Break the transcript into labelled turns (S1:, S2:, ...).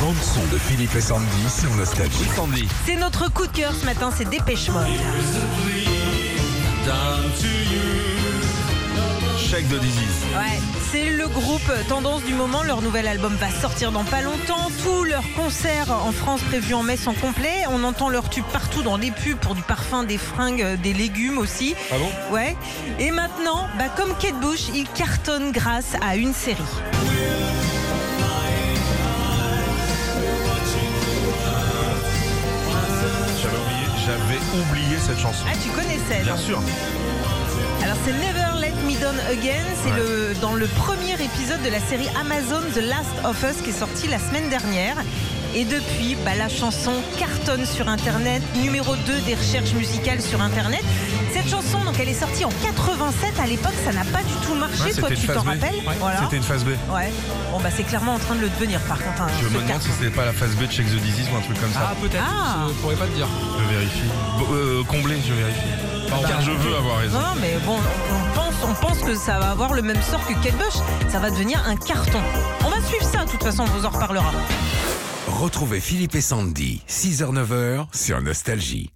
S1: bande son de Philippe et Sandy sur Nostalgie. Sandy.
S2: C'est notre coup de cœur ce matin, c'est Dépêche Mode.
S1: Check the disease.
S2: Ouais, c'est le groupe tendance du moment. Leur nouvel album va sortir dans pas longtemps. Tous leurs concerts en France prévus en mai sont complets. On entend leur tube partout dans les pubs pour du parfum, des fringues, des légumes aussi.
S1: Ah bon
S2: Ouais. Et maintenant, bah, comme Kate Bush, ils cartonnent grâce à une série.
S1: J'avais oublié, j'avais oublié cette chanson.
S2: Ah, tu connaissais
S1: Bien
S2: non
S1: sûr.
S2: Alors c'est Never Let Me Down Again, c'est le, dans le premier épisode de la série Amazon The Last of Us qui est sorti la semaine dernière. Et depuis, bah, la chanson cartonne sur Internet, numéro 2 des recherches musicales sur Internet. Cette chanson, donc, elle est sortie en 87. À l'époque, ça n'a pas du tout marché.
S1: Ouais,
S2: Toi,
S1: une
S2: tu
S1: phase
S2: t'en
S1: B.
S2: rappelles
S1: Ouais,
S2: Voilà.
S1: C'était une phase B.
S2: Ouais. Bon, bah, c'est clairement en train de le devenir, par contre. hein,
S1: Je
S2: ce
S1: me demande
S2: carton.
S1: si c'était pas la phase B de Check the Disease ou un truc comme ça.
S3: Ah, peut-être.
S2: Ah.
S3: Je pourrais pas te dire.
S1: Je vérifie. Bon, euh, comblé, je vérifie.
S3: Pardon.
S1: Car je veux avoir raison.
S2: Non, mais bon, on pense, on pense que ça va avoir le même sort que Kate Bush. Ça va devenir un carton. On va suivre ça, de toute façon, on vous en reparlera.
S4: Retrouvez Philippe et Sandy, 6h-9h sur Nostalgie.